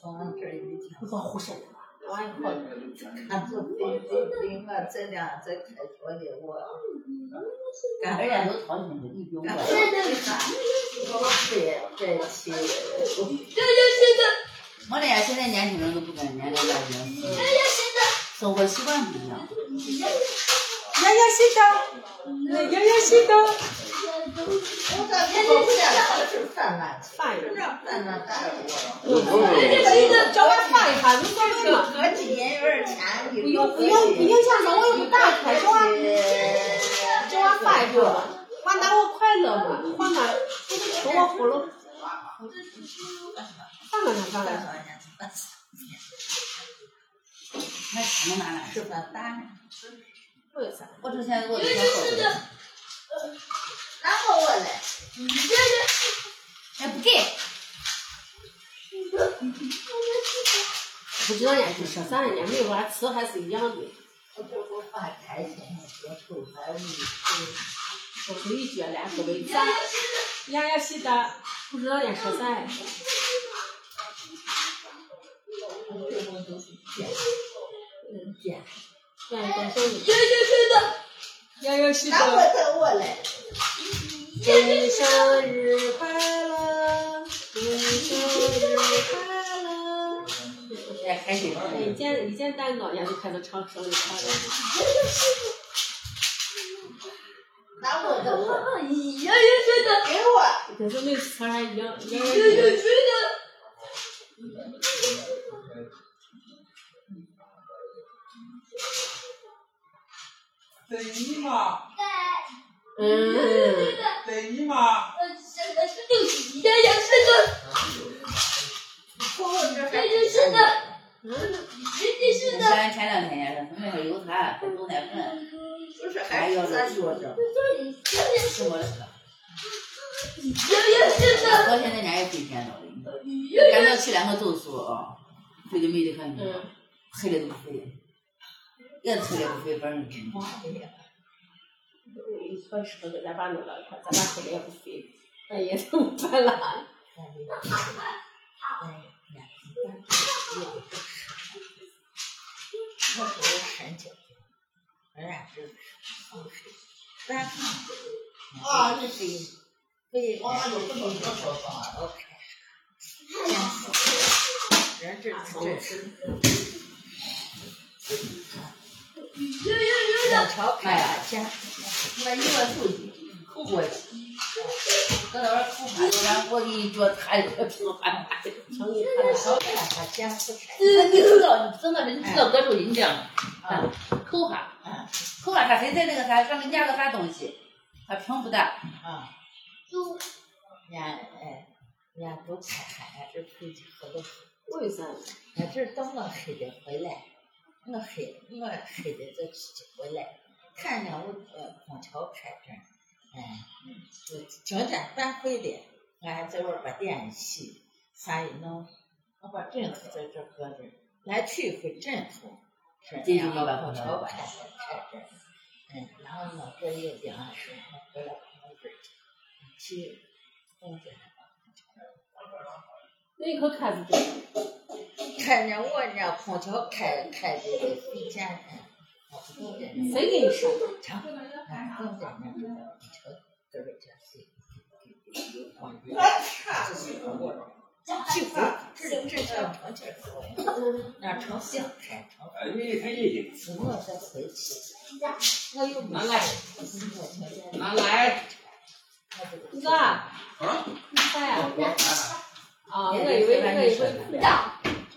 从这一不光胡说。完以后，看这飞机兵啊，这俩这开学的我，感人家觉都掏钱的，你不用管感。觉我最最气，我这现在年轻人都不跟年龄大的人比，生活习惯不一样。洋洋洗澡，洋洋洗澡，我这天天见是泛滥，饭人。泛滥太多了。找我放一下，你说什隔么？隔几年有点钱，你不用不用不用，像我又不打开，找我找我放一下吧。我拿我快乐嘛，我拿这个求我服了。放了放了。还吃哪来？吃饭大。为啥？我之前我之前喝过的，然后我嘞，还不给。不知道人家说啥，人家没有娃吃还是一样的。我这不发开心，我愁烦我。我头一句两个位置，洋洋洗澡，不知道人家说啥。最后都是贱，嗯贱。让人感受一下。洋洋洗然后澡。这我嘞。祝你生日快乐，祝你生日快乐。哎，开心。一见一见蛋糕，人家就开始唱生日快乐。拿我的我一样也觉得，给我，可是那词儿还一样，一样就就一觉得。等你嘛，嗯，等你嘛，我我这还咱前两天也是，那个油菜和豆奶粉，不是还有咱说着，是我吃的。我现在人家也可以见到的，感到吃两个豆酥啊，肥的没的很，黑的都不肥，也吃的不肥，反正真的。一块石头给咱爸弄到一块，咱爸后面也不肥，那也怎么办啦？我说我神经，俺俩是不是？咱啊，这是被人这这是小瞧看俺家，我一个徒弟扣过去，搁那玩儿哭喊，然后我给你脚踏一个平滑滑的。成你看小看他家不拆。你知道，你知道人知道各种人这样啊，扣哈，扣哈，他还在那个啥上面加个啥东西，他平不大，啊，人家哎，人家都开海，这出去喝都，为啥？俺这等我黑的回来，我黑我黑的这出去回来，看见我呃空调开着，哎，就听见半回的，俺还哎在外边把电一熄，啥一弄，我把枕头在这搁着，来去一回枕头，这进去样一百把块空钱调开着开着，嗯，然后呢这又凉水，我回来我这去，嗯。那一口卡子对，看见我那空调开开的费钱呢，我不懂的，谁给你说的？成，俺不懂的，那空调都是这些。几乎这这叫成天说，那成想开成，哎，你看你。只我再回去，我又没俺来，我听见俺来，哥，你啥呀？啊，我以为我以为裤衩。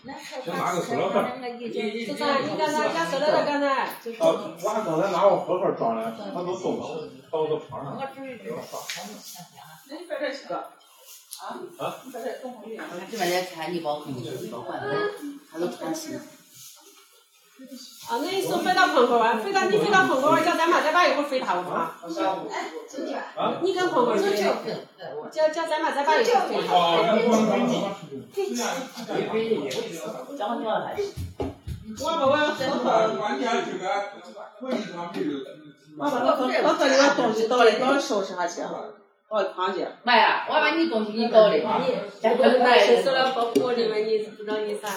那害怕死了，那一就你刚才人家说的刚才就是啊，我还刚才拿我盒盒装了，他都送了，到我床上了。我注意着说，还能想想。你在这洗个，啊？啊？你在这东红俺这边来看你包空气，你包管子，他都穿新。啊，那你说飞到空哥玩，飞到你飞到空哥玩，叫咱妈咱爸一会儿飞他屋啊。我下午。啊你跟空哥就飞，这个，我叫叫咱妈咱爸一会儿飞他。哦，那光给你，讲多了，我把我喝喝，关键这个，我一张没有。我我把我东西倒了，刚收拾下去。哦，螃蟹。妈呀，我把你东西给你搞的，咱不能卖吃哎了包括里面你不知道啊你啥。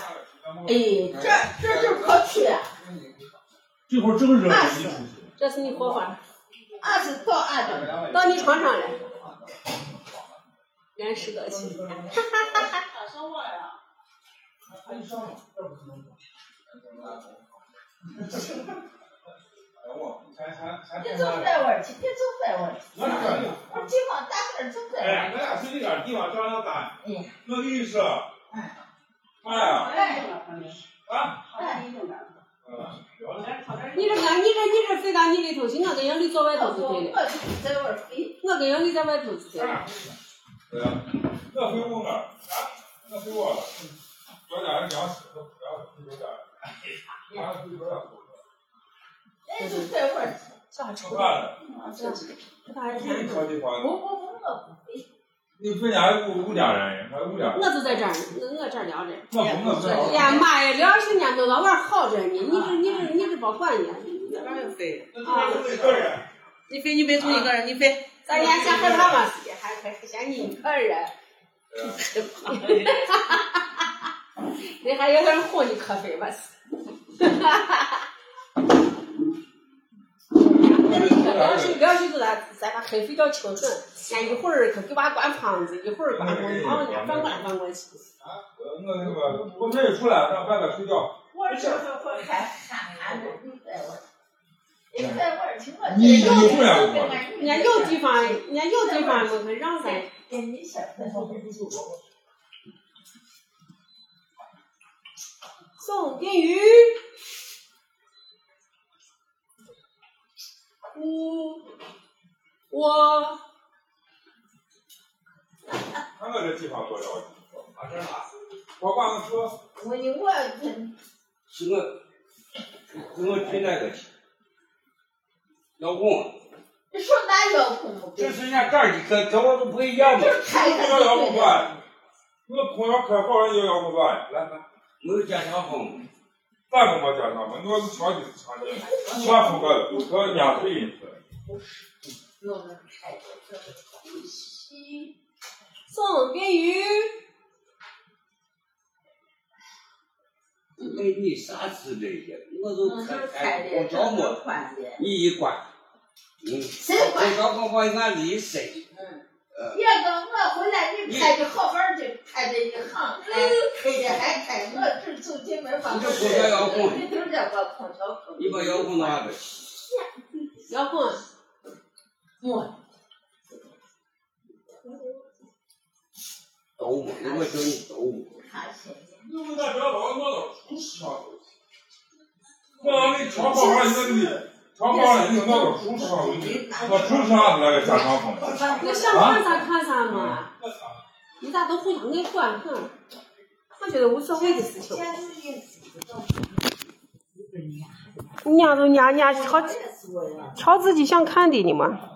哎，这这就是跑题，这会儿正热，二十，这是你火花，二十到二等了，到你床上来。原始的心，别总在我去，别总在我去，我哪去？我地方大事儿总哎在呀，咱俩去那点地方找找咱。哎呀，我跟你说，哎妈呀，啊，嗯，你这个你这你这非到你里头去，我跟杨丽在外头是对的，我就在我飞，我跟杨丽在外头是对的。对呀，我回我了，啊，我回我了，昨天人粮食，昨天有点，哎呀，俺有点那就在我去，咋吃出饭？了，这个还你甜呢说地我方，我我我不飞，你不家五五点人，还五点，我就在这儿，我我这儿聊着。我不我不哎呀妈呀，聊人家都老玩好着呢，你这你这你这甭管呢。飞，啊，你飞，你别从一个人，你飞。咱俩先害怕嘛，还还还嫌你一个人，人还有点哄你可飞吧？聊谁聊谁都咱咱俩很比较清纯，先一会儿可给娃灌胖子，一会儿灌滚汤，人翻过来翻过去。我那个，我这一出来让外边睡觉，我这我还喊喊的，你在我去，你在我去，我你你不然我人家有地方，人家有地方没让咱。跟你说，宋丁鱼。嗯，我看我这地方多着急。我爸我说，我你我真是我跟我推那个老公，你说哪要不不这飞，是人家这儿一个，跟我都不一样嘛，就是开不要要不管，我空调可好人就要不管，来来，没有家乡好嘛。咱不没讲他们，我是强的强的，我不个我两岁一次，弄的开的这个西，宋丁鱼，哎，你啥吃的呀？我都嗯，就是开看的我这着个么？宽的，你一管，嗯，谁管？我刚刚把俺离谁？嗯，呃，要等我回来，你开的好玩就开的一行，开的还开，我这走进门把你都叫我空调口，你把遥控拿着，老公，我抖嘛，我叫你抖嘛。看心，你们那边老闹到厨师上头去，我让你长方上一个长方上一个闹到厨师上头去，啊我啊厨师上那个家常风，你想看啥看啥嘛，你咋都互相给管哼？我觉得无所谓的事情。家是硬的，人家都人家人家我也是我呀，挑自己想看的呢嘛。